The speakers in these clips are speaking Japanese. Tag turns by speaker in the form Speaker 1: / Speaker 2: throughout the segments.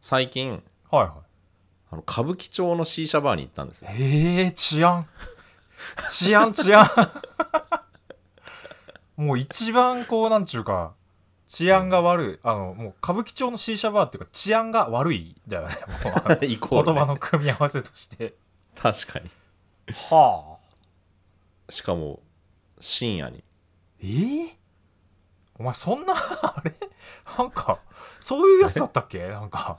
Speaker 1: 最近
Speaker 2: はいは
Speaker 1: あの歌舞伎町の C 社バーに行ったんですよ
Speaker 2: い。えー、治安。治安、治安。 もう一番こう、なんちゅうか、治安が悪い。あの、もう歌舞伎町の C 社バーっていうか、治安が悪いだよね。もうあ の
Speaker 1: イコールね
Speaker 2: 言葉の組み合わせとして。
Speaker 1: 確かに
Speaker 2: はあ。
Speaker 1: しかも深夜に
Speaker 2: えーお前そんな、あれなんか、そういうやつだったっけなんか。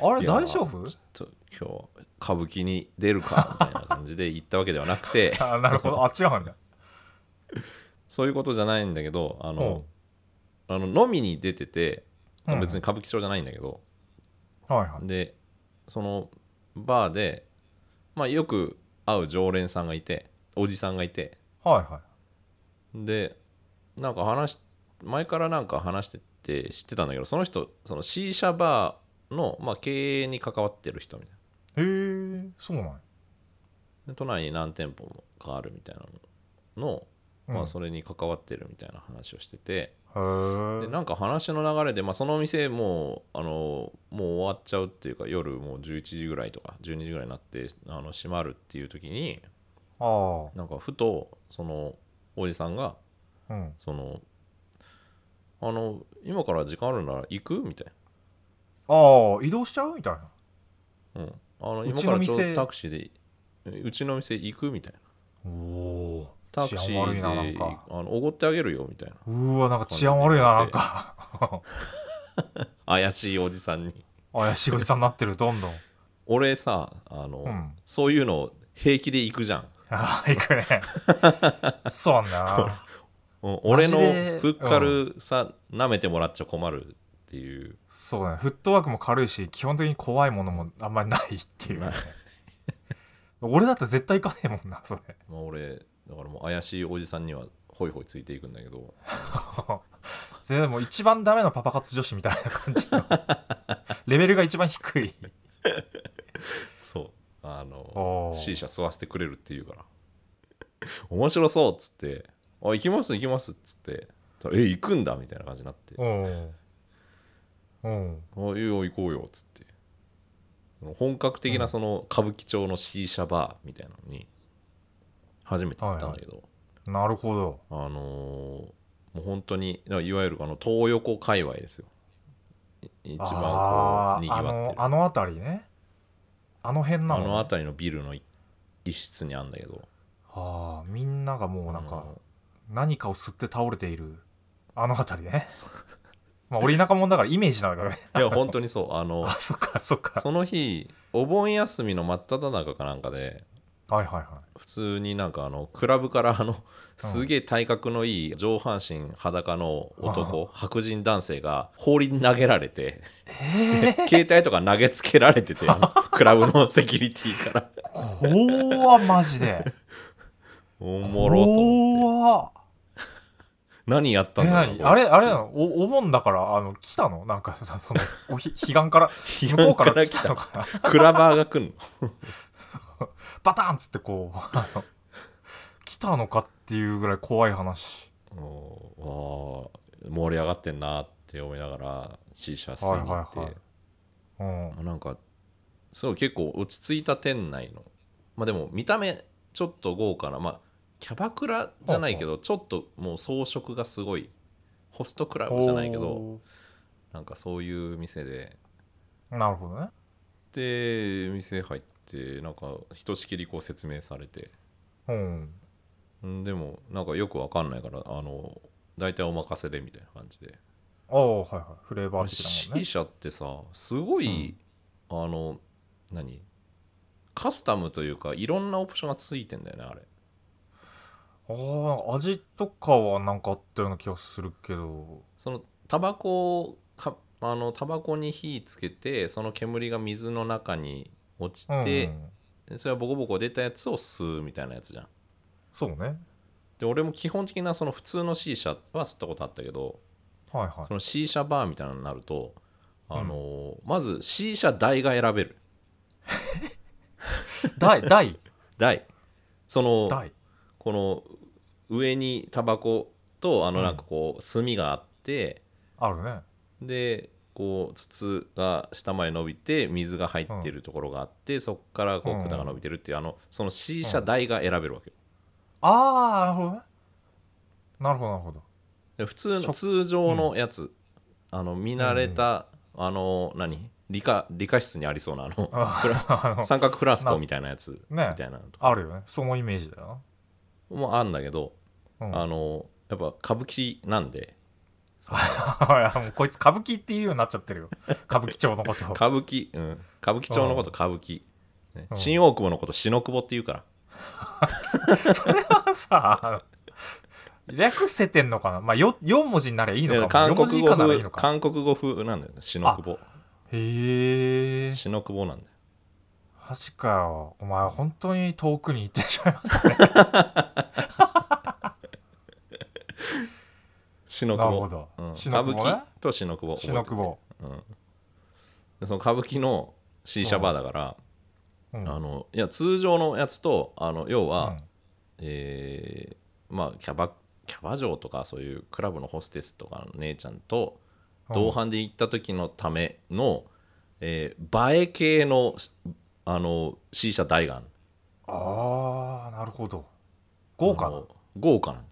Speaker 2: あれ
Speaker 1: いや
Speaker 2: 大丈夫
Speaker 1: ちょっと今日歌舞伎に出るか みたいな感じで行ったわけではなくて
Speaker 2: あなるほど。あ、違うんだ。
Speaker 1: そういうことじゃないんだけどあ
Speaker 2: うん
Speaker 1: のあの飲みに出てて
Speaker 2: うん
Speaker 1: 別に歌舞伎町じゃないんだけど、
Speaker 2: はいはい。
Speaker 1: でそのバーで、まあ、よく会う常連さんがいておじさんがいて
Speaker 2: はいはい。
Speaker 1: でなんか話し前からなんか話してて知ってたんだけどその人その C 社バーの、まあ、経営に関わってる人みたいな
Speaker 2: へえー、そうなんや
Speaker 1: で都内に何店舗もがあるみたいなのの、
Speaker 2: うん
Speaker 1: まあ、それに関わってるみたいな話をしてて、
Speaker 2: へー
Speaker 1: でなんか話の流れで、まあ、そのお店もうあのもう終わっちゃうっていうか夜もう11時ぐらいとか12時ぐらいになってあの閉まるっていう時に
Speaker 2: あ
Speaker 1: なんかふとそのおじさんが
Speaker 2: あ、うん。
Speaker 1: そのあの今から時間あるなら行くみたい
Speaker 2: ああ、移動しちゃうみたいな。
Speaker 1: な、うん、あの
Speaker 2: う
Speaker 1: 今
Speaker 2: ち
Speaker 1: か
Speaker 2: の
Speaker 1: らち
Speaker 2: 店
Speaker 1: ょうどタクシーでうちの店行くみたいな
Speaker 2: おお。
Speaker 1: タクシ
Speaker 2: 治安悪いな、な
Speaker 1: ー
Speaker 2: ん
Speaker 1: で
Speaker 2: か。
Speaker 1: あのおごってあげるよみたいな
Speaker 2: うわ、なんか治安悪いな、なんか。
Speaker 1: 怪しいおじさんに
Speaker 2: 怪しいおじさんになってる、どんどん。
Speaker 1: 俺さあの、
Speaker 2: うん
Speaker 1: そういうの平気で行くじゃん
Speaker 2: ああ、行くね。そうなんだな。
Speaker 1: うん
Speaker 2: マ
Speaker 1: 俺
Speaker 2: ジで
Speaker 1: のふっかるさ、舐めてもらっちゃ困るっていう
Speaker 2: そうだね。フットワークも軽いし、基本的に怖いものもあんまりないっていうね、
Speaker 1: ない
Speaker 2: 俺だったら絶対行かねえもんな、それ。
Speaker 1: まあ俺だからもう怪しいおじさんにはホイホイついていくんだけど
Speaker 2: 全然もう一番ダメなパパ活女子みたいな感じの。レベルが一番低い。
Speaker 1: そうあ
Speaker 2: お
Speaker 1: の
Speaker 2: ー
Speaker 1: C 社吸わせてくれるって言うから面白そうっつって「あ行きます行きます」っつって「え行くんだ」みたいな感じになって「あ
Speaker 2: うん。うん。
Speaker 1: いいよ行こうよ」っつってその本格的なその歌舞伎町の C 社バーみたいなのに初めて行ったんだけど、
Speaker 2: なるほど。
Speaker 1: あのーもう本当にだからいわゆるあの東横界隈ですよい一番こ
Speaker 2: あ
Speaker 1: う
Speaker 2: ー
Speaker 1: にぎわってる
Speaker 2: あのあの辺りねあの辺な
Speaker 1: あ
Speaker 2: のね、
Speaker 1: の辺りのビルの一一室にあんだけど
Speaker 2: あーみんながもうなん
Speaker 1: あ
Speaker 2: か
Speaker 1: の
Speaker 2: 何かを吸って倒れているあの辺 りねまあ俺田舎者だからイメージなんだからね
Speaker 1: いや本当に そうあの
Speaker 2: あそっかそっか
Speaker 1: その日お盆休みの真っ只中かなんかで
Speaker 2: はいはいは
Speaker 1: 普通になんかあのクラブからあのすげえ体格のいい上半身裸の男、白人男性が放り投げられて、携帯とか投げつけられて てあのクラブのセキュリティから
Speaker 2: い怖っマジで
Speaker 1: おもろと思って
Speaker 2: 怖っ
Speaker 1: 何やった
Speaker 2: え
Speaker 1: んだろう
Speaker 2: 何あれあれな
Speaker 1: の
Speaker 2: のおお盆だからあの来たのなんかそのおひ 彼岸から
Speaker 1: 岸
Speaker 2: 向こうか
Speaker 1: から
Speaker 2: ら
Speaker 1: 来
Speaker 2: 来
Speaker 1: た
Speaker 2: たのかな
Speaker 1: クラバーが来んの
Speaker 2: バタンっつってこうあの来たのかっていうぐらい怖い話
Speaker 1: おーわー盛り上がってんなって思いながら C 社吸いに行って、
Speaker 2: はいはいはいうん
Speaker 1: なんかすごい結構落ち着いた店内のまあでも見た目ちょっと豪華なまあキャバクラじゃないけどちょっともう装飾がすごいホストクラブじゃないけど
Speaker 2: お
Speaker 1: なんかそういう店で
Speaker 2: ーなるほどね
Speaker 1: で店入ってなんかひとしきりこう説明されて
Speaker 2: うん
Speaker 1: んでもなんかよくわかんないからあの大体お任せでみたいな感じで
Speaker 2: ああはいはいフレーバー的な
Speaker 1: C
Speaker 2: もんね
Speaker 1: 社ってさすごい、あの何カスタムというかいろんなオプションがついてんだよねあれ
Speaker 2: ああ味とかはなんかあったような気がするけど
Speaker 1: そのタバコをかあのタバコに火つけてその煙が水の中に落ち
Speaker 2: うん
Speaker 1: て、でそれはボコボコ出たやつを吸うみたいなやつじゃん
Speaker 2: そうね
Speaker 1: で俺も基本的なその普通の C 社は吸ったことあったけど
Speaker 2: はいはい
Speaker 1: その C 社バーみたいなのになるとあの、まず C 社台が選べる
Speaker 2: 大大
Speaker 1: 台その
Speaker 2: 大
Speaker 1: この上にタバコとあのなんかこう炭があって、
Speaker 2: あるね
Speaker 1: でこう筒が下まで伸びて水が入ってるところがあって、そこからこ
Speaker 2: うん
Speaker 1: う管が伸びてるっていうあのその C 社台が選べるわけよ、
Speaker 2: ああ、なるほどね。なるほど、なるほど。
Speaker 1: で普通
Speaker 2: そ
Speaker 1: の通常のやつ、あの見慣れた、あの何理科理科室にありそうなあの
Speaker 2: あ
Speaker 1: フラ
Speaker 2: あの
Speaker 1: 三角フラスコみたいなやつみ
Speaker 2: ね
Speaker 1: たいなのとか
Speaker 2: あるよね。そのイメージだよ
Speaker 1: もあるんだけど、
Speaker 2: な。うん、
Speaker 1: あのやっぱ歌舞伎なんで
Speaker 2: いやもうこいつ歌舞伎っていうようになっちゃっ てるよ。歌舞伎町のこと。
Speaker 1: 歌舞伎、うん、歌舞伎町のこと歌舞伎、ね
Speaker 2: うん
Speaker 1: 新大久保のこと篠久保って言うから
Speaker 2: さあの、略せてんのかなまあ、よ4文字になりゃいいのか
Speaker 1: 韓
Speaker 2: も。
Speaker 1: 国
Speaker 2: 四文字以
Speaker 1: 語
Speaker 2: 下ならいい
Speaker 1: 風
Speaker 2: のか。
Speaker 1: 韓国語風なんだよね篠久保
Speaker 2: へえ。
Speaker 1: 篠久保なんだよ
Speaker 2: マジかよ。お前、本当に遠くに行ってしまいました。
Speaker 1: 篠久
Speaker 2: な
Speaker 1: 保
Speaker 2: るほど
Speaker 1: うん、歌
Speaker 2: 篠
Speaker 1: 舞
Speaker 2: 久保ね
Speaker 1: 伎と篠久保覚えて
Speaker 2: 篠久保。
Speaker 1: うん、でその歌舞伎の C シャバーだから、
Speaker 2: うん
Speaker 1: あのいや通常のやつとあの要は、
Speaker 2: うん
Speaker 1: えーまあキャバキャバ嬢とかそういうクラブのホステスとかの姉ちゃんと同伴で行った時のための、えー映え系のあの C 社大眼
Speaker 2: ああ、なるほど。豪華な。
Speaker 1: 豪華なん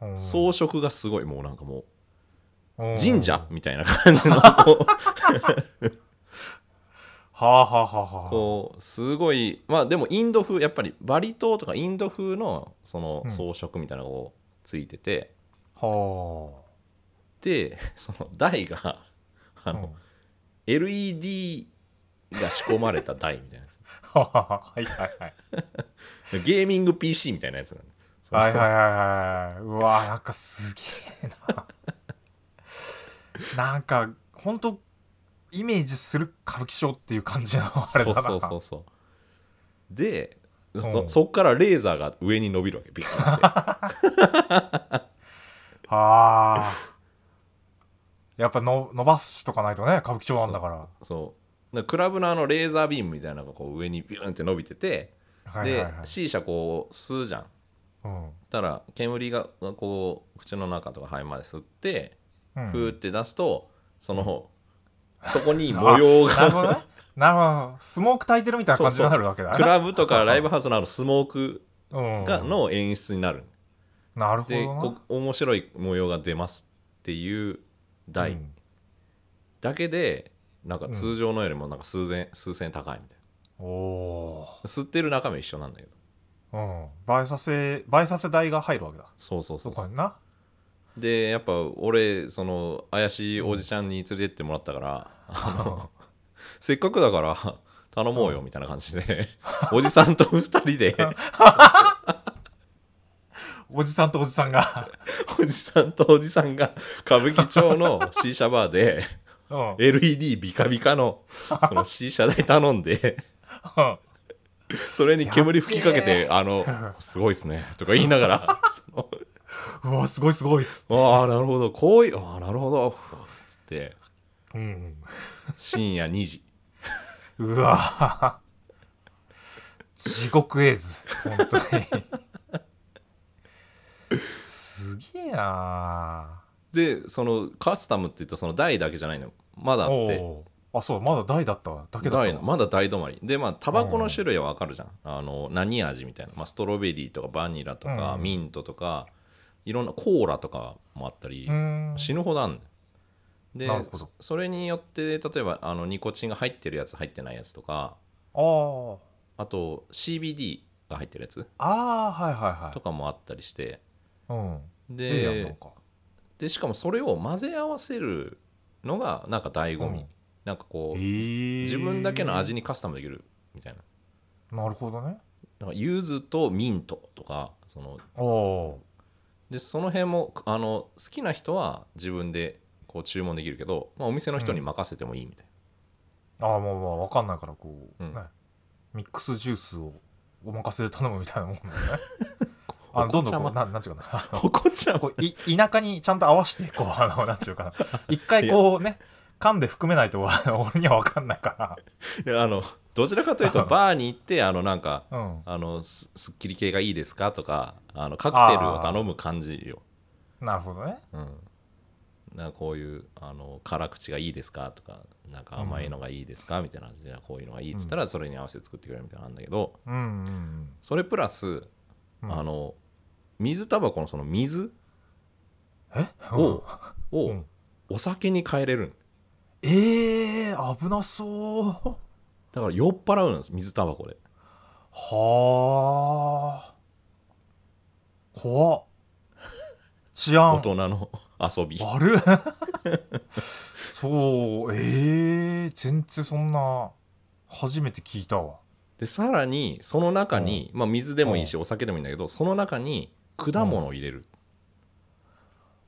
Speaker 1: だ
Speaker 2: うん
Speaker 1: 装飾がすごいもうなんかも
Speaker 2: うん
Speaker 1: う神社みたいな感じのこう
Speaker 2: はあはあはあはあ。
Speaker 1: こうすごいまあでもインド風やっぱりバリ島とかインド風のその
Speaker 2: うん
Speaker 1: 装飾みたいなのがこうついてて、
Speaker 2: は
Speaker 1: で その台が
Speaker 2: あ。
Speaker 1: あの、
Speaker 2: うん
Speaker 1: LED が仕込まれた台みたいなやつ
Speaker 2: ははははいはいはい。
Speaker 1: ゲーミング PC みたいなやつなんだその
Speaker 2: はいはいはいはい。うわーなんかすげえな。なんか、ほんと、イメージする歌舞伎町っていう感じのあれだな。
Speaker 1: そうそうそうそうで
Speaker 2: う
Speaker 1: そ
Speaker 2: ん
Speaker 1: そっからレーザーが上に伸びるわけビカーンって
Speaker 2: はあ。やっぱの伸ばしとかないとね、歌舞伎町なんだから。
Speaker 1: そうだからクラブのあのレーザービームみたいなのがこう上にビューンって伸びてて
Speaker 2: はいはい
Speaker 1: で
Speaker 2: はい。
Speaker 1: C 社こう吸うじゃん
Speaker 2: うん。
Speaker 1: たら煙がこう口の中とか肺まで吸って
Speaker 2: うん
Speaker 1: ふーって出すとそのそこに模様
Speaker 2: なるほ
Speaker 1: が
Speaker 2: どね。なるほど。スモーク焚いてるみたいな感じになるわけだね。
Speaker 1: クラブとかライブハウスのあのスモーク
Speaker 2: うん
Speaker 1: がの演出になる
Speaker 2: なるほ
Speaker 1: で
Speaker 2: ど
Speaker 1: こ
Speaker 2: な。
Speaker 1: 面白い模様が出ますっていう
Speaker 2: う
Speaker 1: 台
Speaker 2: ん
Speaker 1: だけでなんか通常のよりもなんか数千数千円高いみたい
Speaker 2: お
Speaker 1: な吸ってる中身一緒なんだけど
Speaker 2: ー。うん。倍させ、倍させ代が入るわけだ。
Speaker 1: そうそうそ
Speaker 2: そう
Speaker 1: そ
Speaker 2: こ
Speaker 1: う
Speaker 2: にな。
Speaker 1: でやっぱ俺その怪しいおじちゃんに連れてってもらったから、あの せっかくだから頼もうよみたいな感じで おじさんと2人で
Speaker 2: おじさんとおじさん が。
Speaker 1: おじさんとおじさんが歌舞伎町の C 社バーで
Speaker 2: うん。
Speaker 1: LED ビカビカのその C 社台頼んで
Speaker 2: うん
Speaker 1: それに煙吹きかけて「あの すごいですね」とか言いながら「その
Speaker 2: うわ、すごいすごいっつ。
Speaker 1: ああなるほどこういうああなるほど」つって
Speaker 2: うん。
Speaker 1: 深夜2時
Speaker 2: うわ地獄絵図。本当に。すげえな
Speaker 1: でそのカスタムって言ったその台だけじゃないのまだあ
Speaker 2: お
Speaker 1: って
Speaker 2: おー。あ、そう、まだ台だったわ。だけだった
Speaker 1: 台の
Speaker 2: わ。
Speaker 1: まだ台止まりでまあタバコの種類はわかるじゃんあの何味みたいな、まあ、ストロベリーとかバニラとか、
Speaker 2: うん
Speaker 1: ミントとかいろんなコーラとかもあったり、
Speaker 2: うーん。
Speaker 1: 死ぬほどあんのよで
Speaker 2: なるほど
Speaker 1: そそれによって例えばあのニコチンが入ってるやつ入ってないやつとか
Speaker 2: ああ。
Speaker 1: あと CBD が入ってるやつ
Speaker 2: ああ、はいはい
Speaker 1: とかもあったりして
Speaker 2: はい。うん。ええやん、なん
Speaker 1: で
Speaker 2: か。
Speaker 1: でしかもそれを混ぜ合わせるのがなんか醍醐味、
Speaker 2: うん
Speaker 1: なんかこう
Speaker 2: 自
Speaker 1: 自分だけの味にカスタムできるみたいな
Speaker 2: なるほどね
Speaker 1: なんか柚子とミントとかその
Speaker 2: おー
Speaker 1: でその辺もあの好きな人は自分でこう注文できるけど、まあ、お店の人に任せてもいいみたい
Speaker 2: ああもうもう分かんないからこう、
Speaker 1: うん
Speaker 2: ねミックスジュースをお任せで頼むみたいなもん だよね
Speaker 1: お
Speaker 2: あのど
Speaker 1: 子
Speaker 2: んど
Speaker 1: ちゃ
Speaker 2: ん
Speaker 1: ま
Speaker 2: こうななんち ゅうかな
Speaker 1: な、お子 ちゃま
Speaker 2: こうい田舎にちゃんと合わせてこうあのなんちゅうかな一回こうね噛んで含めないとあの俺には分かんないか
Speaker 1: いやあのどちらかと いうとバーに行ってあのなんから
Speaker 2: うん
Speaker 1: あのすすっきり系がいいですかとかあのカクテルを頼む感じよ、
Speaker 2: なるほどね
Speaker 1: うん、なんかこういうあの辛口がいいですかとかなんか甘いのがいいですか、みたいな感じでこういうのがいいっつったらそれに合わせて作ってくれるみたいなのあるんだけど
Speaker 2: うんうん
Speaker 1: それプラス、
Speaker 2: うん
Speaker 1: あの水タバコのその水
Speaker 2: うんえ
Speaker 1: を,、を
Speaker 2: うん
Speaker 1: お酒に変えれるん
Speaker 2: ええー、危なそう
Speaker 1: だから酔っ払うんです水タバコで
Speaker 2: はあ怖っ治安
Speaker 1: 大人の 遊び
Speaker 2: 悪っ そうええー、全然そんな初めて聞いたわ
Speaker 1: でさらにその中に、まあ、水でもいいしお酒でもいいんだけどその中に果物を入れる、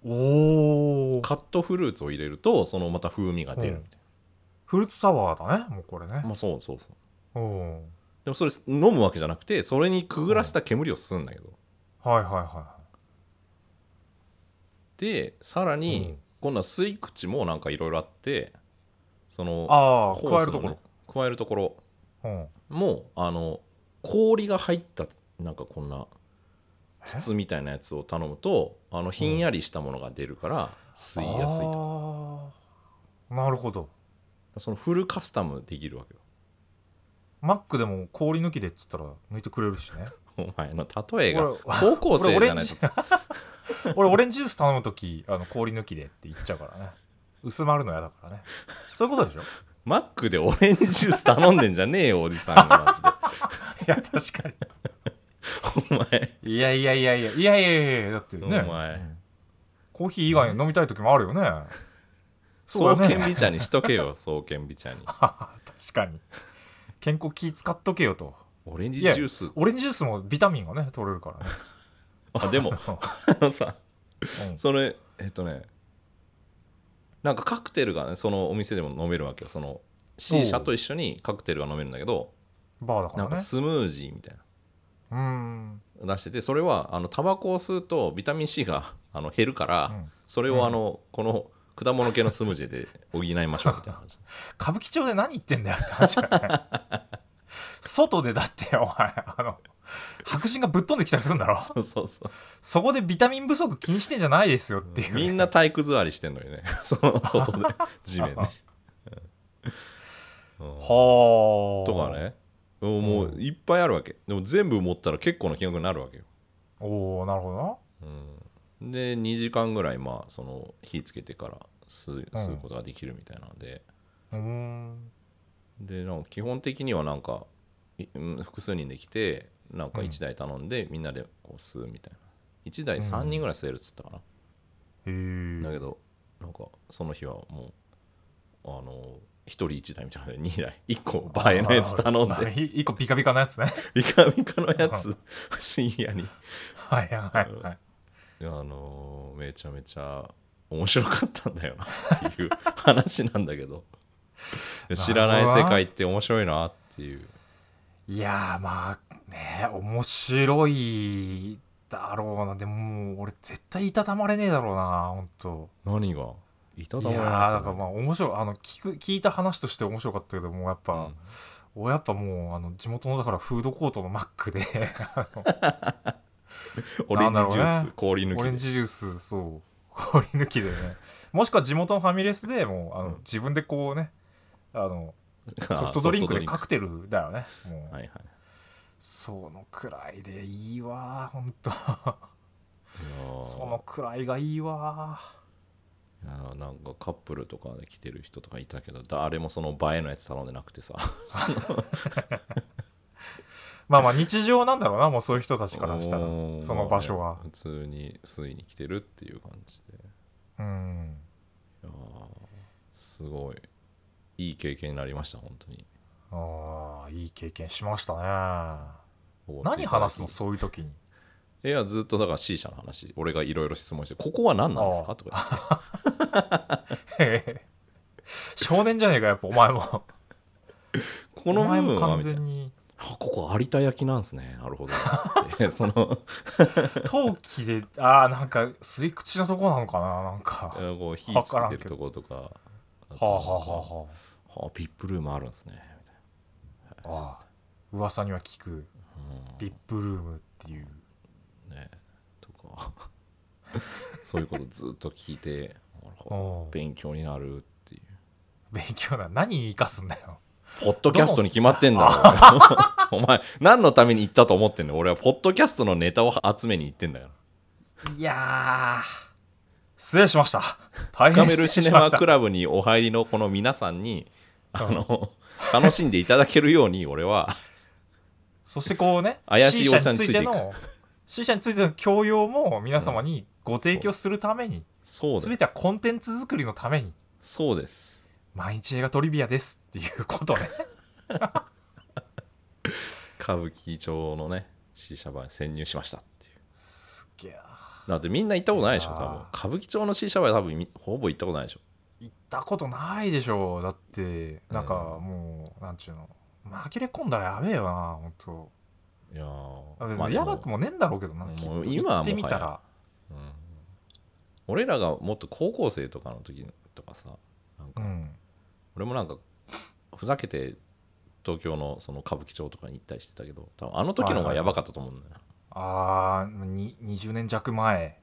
Speaker 2: おお
Speaker 1: カットフルーツを入れるとそのまた風味が出るみたい
Speaker 2: フルーツサワーだねもうこれ
Speaker 1: な、
Speaker 2: ね
Speaker 1: まあそうそうそう
Speaker 2: うん
Speaker 1: でもそれ飲むわけじゃなくてそれにくぐらせた煙を吸うんだけど、
Speaker 2: はいはいは
Speaker 1: でさらに、
Speaker 2: うん
Speaker 1: 今度は吸い口もなんかいろいろあってその
Speaker 2: いああ
Speaker 1: ホー
Speaker 2: 加え
Speaker 1: ス
Speaker 2: ると
Speaker 1: の
Speaker 2: こ
Speaker 1: ね
Speaker 2: ろ、
Speaker 1: 加えるところ
Speaker 2: うん、
Speaker 1: もあの氷が入ったなんかこんな筒みたいなやつを頼むとあのひんやりしたものが出るから吸いやすいと、
Speaker 2: となるほど
Speaker 1: そのフルカスタムできるわけよ
Speaker 2: マックでも氷抜きでっつったら抜いてくれるしね
Speaker 1: お前の例えが
Speaker 2: 俺
Speaker 1: 高校生じゃないと
Speaker 2: 俺オレンジジュー ス頼む時あの氷抜きでって言っちゃうからね薄まるの嫌だからねそういうことでしょ
Speaker 1: マックでオレンジジュース頼んでんじゃねえよおじさんがマジで
Speaker 2: いや確か
Speaker 1: お前
Speaker 2: にいやいやいやいやいやいやいやだってね
Speaker 1: お前
Speaker 2: うんコーヒー以外に飲みたい時もあるよねそ
Speaker 1: 総
Speaker 2: うだね
Speaker 1: 研美茶にしとけ よ総研美茶に
Speaker 2: 確かに健康気使っとけよと
Speaker 1: オレンジジュース
Speaker 2: オレンジジュースもビタミンがね取れるからね
Speaker 1: あで もあのさ
Speaker 2: うん
Speaker 1: それえっとねなんかカクテルがねそのお店でも飲めるわけよその C 社と一緒にカクテルが飲めるんだけど
Speaker 2: バーだか
Speaker 1: な
Speaker 2: ら
Speaker 1: んか
Speaker 2: ね
Speaker 1: スムージーみたい
Speaker 2: うん
Speaker 1: な出しててそれはあのタバコを吸うとビタミン C が あの減るから、
Speaker 2: うん
Speaker 1: それをあの、この果物系のスムージーで補いましょうみたいな感 じ
Speaker 2: 歌舞伎町で何言ってんだよって話だよね外でだってお前あの白人がぶっ飛んできたりするんだろ
Speaker 1: そうそうそう
Speaker 2: そこでビタミン不足気にしてんじゃないですよっていう、
Speaker 1: みんな体育座りしてんのにねその外で地面で、うん
Speaker 2: はあ
Speaker 1: とかねもうもういっぱいあるわけでも全部持ったら結構な金額になるわけよ、
Speaker 2: おおなるほどな
Speaker 1: うん、で2時間ぐらいまあその火つけてから吸う吸うことができるみたいなので、
Speaker 2: うーん
Speaker 1: でなんか基本的にはなんかいうん複数人で来てなんか
Speaker 2: うん
Speaker 1: 1台頼んでみんなでこう吸うみたいな1台3人ぐらい吸えるっつったかな、
Speaker 2: へ
Speaker 1: だけ
Speaker 2: え
Speaker 1: どなんかその日はもうあの1人1台みたいなので2台1個倍のやつ頼ん
Speaker 2: あー
Speaker 1: で
Speaker 2: い一個ピカピカのやつね
Speaker 1: ビカビカのやつ 深夜に
Speaker 2: はいはいはい
Speaker 1: あのめちゃめちゃ面白かったんだよなっていう話なんだけ ど知らない世界って面白いなっていう
Speaker 2: いやーまあね面白いだろうなでももう俺絶対いたたまれねえだろうなほんと
Speaker 1: 何がいた
Speaker 2: い
Speaker 1: だ
Speaker 2: や
Speaker 1: まれな
Speaker 2: ー
Speaker 1: か
Speaker 2: だ
Speaker 1: っ
Speaker 2: か
Speaker 1: た
Speaker 2: らまあ面白いあの聞く聞いた話として面白かったけどもうやっぱ、
Speaker 1: うん
Speaker 2: 俺やっぱもうあの地元のだからフードコートのマッ クであの
Speaker 1: オレンジジュ
Speaker 2: なんだ
Speaker 1: ー
Speaker 2: ろう
Speaker 1: ス
Speaker 2: ね
Speaker 1: 氷抜
Speaker 2: オレン
Speaker 1: きで
Speaker 2: ジジュースそう氷抜きでねもしくは地元のファミレスでもうあの、
Speaker 1: うん
Speaker 2: 自分でこうねあの
Speaker 1: あ
Speaker 2: ソフトドリンクで
Speaker 1: ソ
Speaker 2: カ
Speaker 1: フ
Speaker 2: クテルだよね
Speaker 1: トド
Speaker 2: もう、
Speaker 1: リンクはいはい
Speaker 2: そのくらいでいいわほんと
Speaker 1: いやー
Speaker 2: そのくらいがいいわ
Speaker 1: いやーなんかカップルとかで来てる人とかいたけど誰もその映えのやつ頼んでなくてさ
Speaker 2: まあまあ日常なんだろうなもうそういう人たちか らしたら
Speaker 1: うん
Speaker 2: その場所は
Speaker 1: まあね普通に吸いに来てるっていう感じでい
Speaker 2: うん
Speaker 1: やーすごいいい経験になりました本当に
Speaker 2: ああいい経験しましたね何話すのそういう時に
Speaker 1: いやずっとだから C 社の話俺がいろいろ質問してここは何なんですかと か
Speaker 2: へえ少年じゃねえかやっぱお前も
Speaker 1: 言ってこの
Speaker 2: お前
Speaker 1: 部
Speaker 2: も
Speaker 1: 分は
Speaker 2: 完
Speaker 1: みたいな
Speaker 2: 全に
Speaker 1: あここ有田焼なんですねなるほどつって その
Speaker 2: 陶器でああなんか吸い口のとこなのかななんか
Speaker 1: あのこう火
Speaker 2: わ
Speaker 1: つ
Speaker 2: からん
Speaker 1: け
Speaker 2: け
Speaker 1: て
Speaker 2: ど
Speaker 1: るとことかは
Speaker 2: はあはあはあは
Speaker 1: あピップルームあるんですねみたいな
Speaker 2: あああ噂には聞くビップルームっていう
Speaker 1: ねとかそういうことずっと聞いてあ
Speaker 2: おう
Speaker 1: 勉強になるっていう
Speaker 2: 勉強な何に生かすんだよ
Speaker 1: ポッドキャストに決まってんだろ お前何のために行ったと思ってんの俺はポッドキャストのネタを集めに行ってんだよ
Speaker 2: いやー失礼しました大
Speaker 1: カ
Speaker 2: 変
Speaker 1: メ
Speaker 2: 失
Speaker 1: ル
Speaker 2: 礼
Speaker 1: シ
Speaker 2: し
Speaker 1: ネ
Speaker 2: ま
Speaker 1: マ
Speaker 2: した
Speaker 1: クラブにお入りのこの皆さんにあの 楽しんでいただけるように俺は
Speaker 2: そしてこうね
Speaker 1: 怪しい
Speaker 2: C
Speaker 1: お
Speaker 2: 社
Speaker 1: っさん
Speaker 2: に
Speaker 1: に
Speaker 2: つ
Speaker 1: つい
Speaker 2: い
Speaker 1: て
Speaker 2: て
Speaker 1: いく
Speaker 2: の C 社についての教養も皆様にご提供するために
Speaker 1: そうで
Speaker 2: 全てはコンテンツ作りのために
Speaker 1: そうです
Speaker 2: 毎日映画トリビアですっていうことね
Speaker 1: 歌舞伎町のね C 社バーに潜入しましたっていう
Speaker 2: すっげえ
Speaker 1: だってみんな行ったことないでしょ
Speaker 2: いや
Speaker 1: 多
Speaker 2: ー
Speaker 1: 分歌舞伎町の C 社バーは多分みほぼ行ったことないでしょ
Speaker 2: 行ったことないでしょだってなんかもう、なんちゅうの紛れ込んだらやべえよな本当。
Speaker 1: いや
Speaker 2: あ
Speaker 1: ー
Speaker 2: で
Speaker 1: まあ
Speaker 2: も
Speaker 1: で
Speaker 2: や
Speaker 1: も
Speaker 2: ばくもねえんだろうけどな
Speaker 1: もう
Speaker 2: きっと
Speaker 1: 今
Speaker 2: 行
Speaker 1: はもう
Speaker 2: ってみたら
Speaker 1: 俺らがもっと高校生とかの時とかさなん
Speaker 2: う
Speaker 1: か
Speaker 2: ん
Speaker 1: 俺もなんかふざけて東京のその歌舞伎町とかに行ったりしてたけど多分あの時の方がやばかったと思うんだよ、
Speaker 2: あーに20年弱前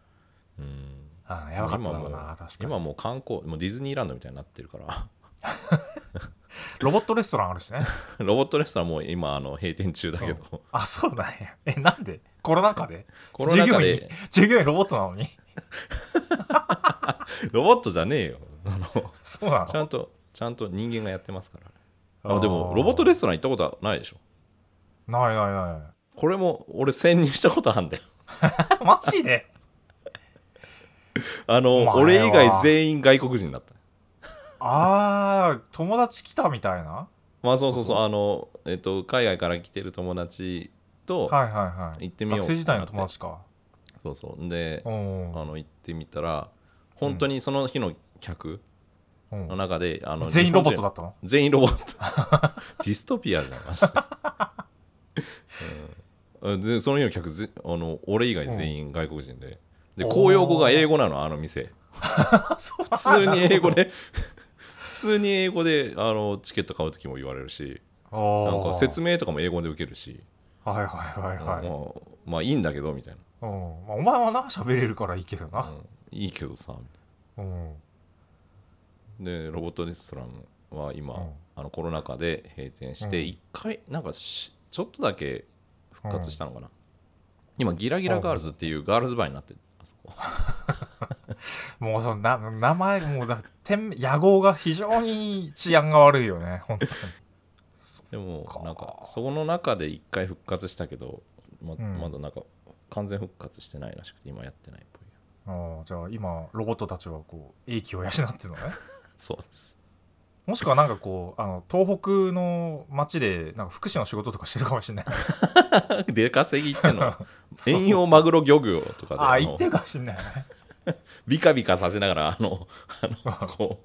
Speaker 1: うん
Speaker 2: あーやばかっただろう
Speaker 1: 今も
Speaker 2: な
Speaker 1: う
Speaker 2: 確か
Speaker 1: 今
Speaker 2: に
Speaker 1: もう観光もうディズニーランドみたいになってるから
Speaker 2: ロボットレストランあるしね
Speaker 1: ロボットレストランもう今あの閉店中だけど、
Speaker 2: あそうだねえなんでコロナ禍で
Speaker 1: コロナ禍
Speaker 2: 従業
Speaker 1: で
Speaker 2: 員従業員ロボットなのに
Speaker 1: ロボットじゃねえよあの
Speaker 2: そうな
Speaker 1: ちゃ
Speaker 2: の
Speaker 1: んとちゃんと人間がやってますからあでもロボット
Speaker 2: レ
Speaker 1: レストラン行ったことはないでしょ
Speaker 2: ないないな
Speaker 1: これも俺潜入したことある んだよ
Speaker 2: いマジで
Speaker 1: あの
Speaker 2: お前は
Speaker 1: 俺以外全員外国人だった
Speaker 2: ああ友達来たみたいな
Speaker 1: まあそうそうそうあのえっと海外から来てる友達と
Speaker 2: はいはいはい
Speaker 1: 行ってみよう
Speaker 2: 学生時代の友達か
Speaker 1: そうそうで
Speaker 2: う
Speaker 1: あ
Speaker 2: ん
Speaker 1: の行ってみたら本当にその日の客
Speaker 2: うん
Speaker 1: の中であの
Speaker 2: 全員ロボッ
Speaker 1: 日
Speaker 2: ト
Speaker 1: 本人
Speaker 2: だったの
Speaker 1: 全員ロボット ディストピアじゃんマジで、 うんでその日の客ぜあの俺以外全員外国人で、で
Speaker 2: おー
Speaker 1: 公用語が英語なのあの 店普通に英語で 普通に英語であのチケット買う時も言われるしな
Speaker 2: なん
Speaker 1: か説明とかも英語で受けるし、
Speaker 2: はいはいはいはい、
Speaker 1: まあ、まあいいんだけどみたい
Speaker 2: うんまあ、お前はな喋れるからいいけど
Speaker 1: な、う
Speaker 2: なん
Speaker 1: いいけどさ
Speaker 2: うん、
Speaker 1: でロボットレストランは今、
Speaker 2: うん
Speaker 1: あのコロナ禍で閉店して
Speaker 2: うん
Speaker 1: 一回なんかしちょっとだけ復活したのかな、今ギラギラガールズっていうガールズバーになってるあそ こ
Speaker 2: もうそのな名前もうだ店屋号が非常に治安が悪いよね本当に
Speaker 1: でも
Speaker 2: か
Speaker 1: なんかそこの中で一回復活したけどま
Speaker 2: ん
Speaker 1: まだなんか完全復活してないらしくて今やってないっぽい
Speaker 2: ああじゃあ今ロボットたちはこう英気を養ってるのね
Speaker 1: そうです
Speaker 2: もしくはなんかこうあの東北の町でなんか福祉の仕事とかしてるかもしれない
Speaker 1: 出稼ぎ行ってんの
Speaker 2: そう
Speaker 1: 遠洋マグロ漁業とかで
Speaker 2: ああ
Speaker 1: の
Speaker 2: 言ってるかもしれないね
Speaker 1: ビカビカさせながらあのあのこ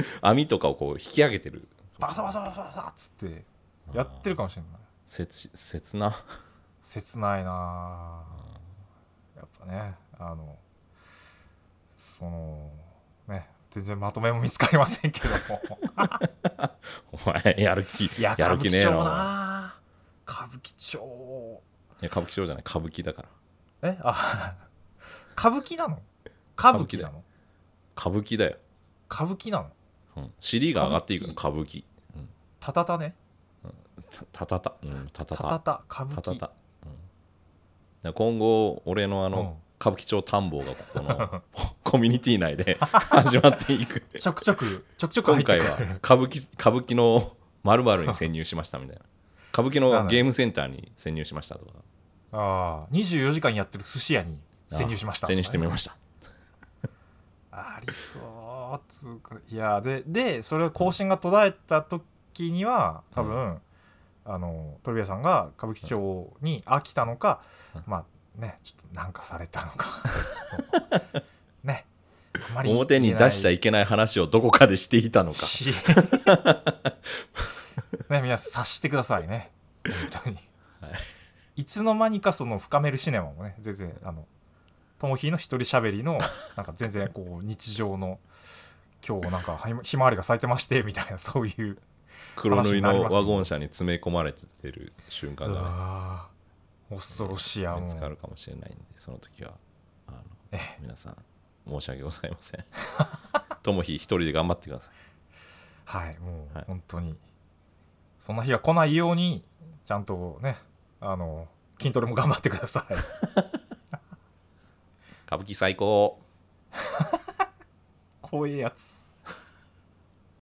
Speaker 1: う 網とかをこう引き上げてる
Speaker 2: バサバサバサバサっつってやってるかもしれない
Speaker 1: 切切な
Speaker 2: 切ないなあやっぱねあのそのね全然まとめも見つかりませんけども
Speaker 1: お前やる気
Speaker 2: いや
Speaker 1: や
Speaker 2: 歌
Speaker 1: る
Speaker 2: 舞
Speaker 1: 気
Speaker 2: 伎
Speaker 1: ねえ
Speaker 2: 町
Speaker 1: な
Speaker 2: な歌舞伎町
Speaker 1: いや歌舞伎町じゃない歌舞伎だから
Speaker 2: えあ歌舞伎なの歌舞伎なの
Speaker 1: 歌舞伎だよ、
Speaker 2: 歌舞伎なの
Speaker 1: うん、尻が上がっていくの歌舞伎
Speaker 2: たたたね
Speaker 1: たたたたうんたた
Speaker 2: た
Speaker 1: た
Speaker 2: たた歌舞
Speaker 1: たた
Speaker 2: 伎
Speaker 1: た、うんだから今後俺のあの、
Speaker 2: うん
Speaker 1: 歌舞伎町探訪がここの コミュニティ内で 始まっていく
Speaker 2: ちょくちょくちょくちょく入
Speaker 1: 今
Speaker 2: って
Speaker 1: 回
Speaker 2: く
Speaker 1: は
Speaker 2: る
Speaker 1: 歌舞伎歌舞伎の〇〇に潜入しましたみたいな歌舞伎のゲームセンターに潜入しましたとか
Speaker 2: ああ24時間やってる寿司屋に潜入しました
Speaker 1: あ潜入してみました
Speaker 2: ありそうつうかいやででそれを更新が途絶えた時には多分、あのトリビアさんが歌舞伎町に飽きたのか、
Speaker 1: うん
Speaker 2: まあねちょっとなんかされたのか ねあま
Speaker 1: 表に出しちゃ
Speaker 2: い
Speaker 1: いけない話をどこかでしていたの
Speaker 2: け
Speaker 1: か
Speaker 2: ない しね皆さん察してくださいね本当に、
Speaker 1: はい
Speaker 2: い、つの間にかその深めるシネマもね全然あのともひの一人喋りのなんか全然 こう日常の今日なんかひまひまわりが咲いてましてみたいなそういう
Speaker 1: 黒塗りのワゴン車に詰め込まれてる瞬間が、
Speaker 2: あ恐ろしいや
Speaker 1: ね、
Speaker 2: も
Speaker 1: 見つか
Speaker 2: う
Speaker 1: るかもしれないんでその時はあの皆さん申し訳ございませ んともひ一人で頑張ってください
Speaker 2: はいもう
Speaker 1: はい
Speaker 2: 本当に、そんな日が来ないようにちゃんとねあの筋トレも頑張ってくだ さい
Speaker 1: 歌舞伎最高
Speaker 2: こういうやつ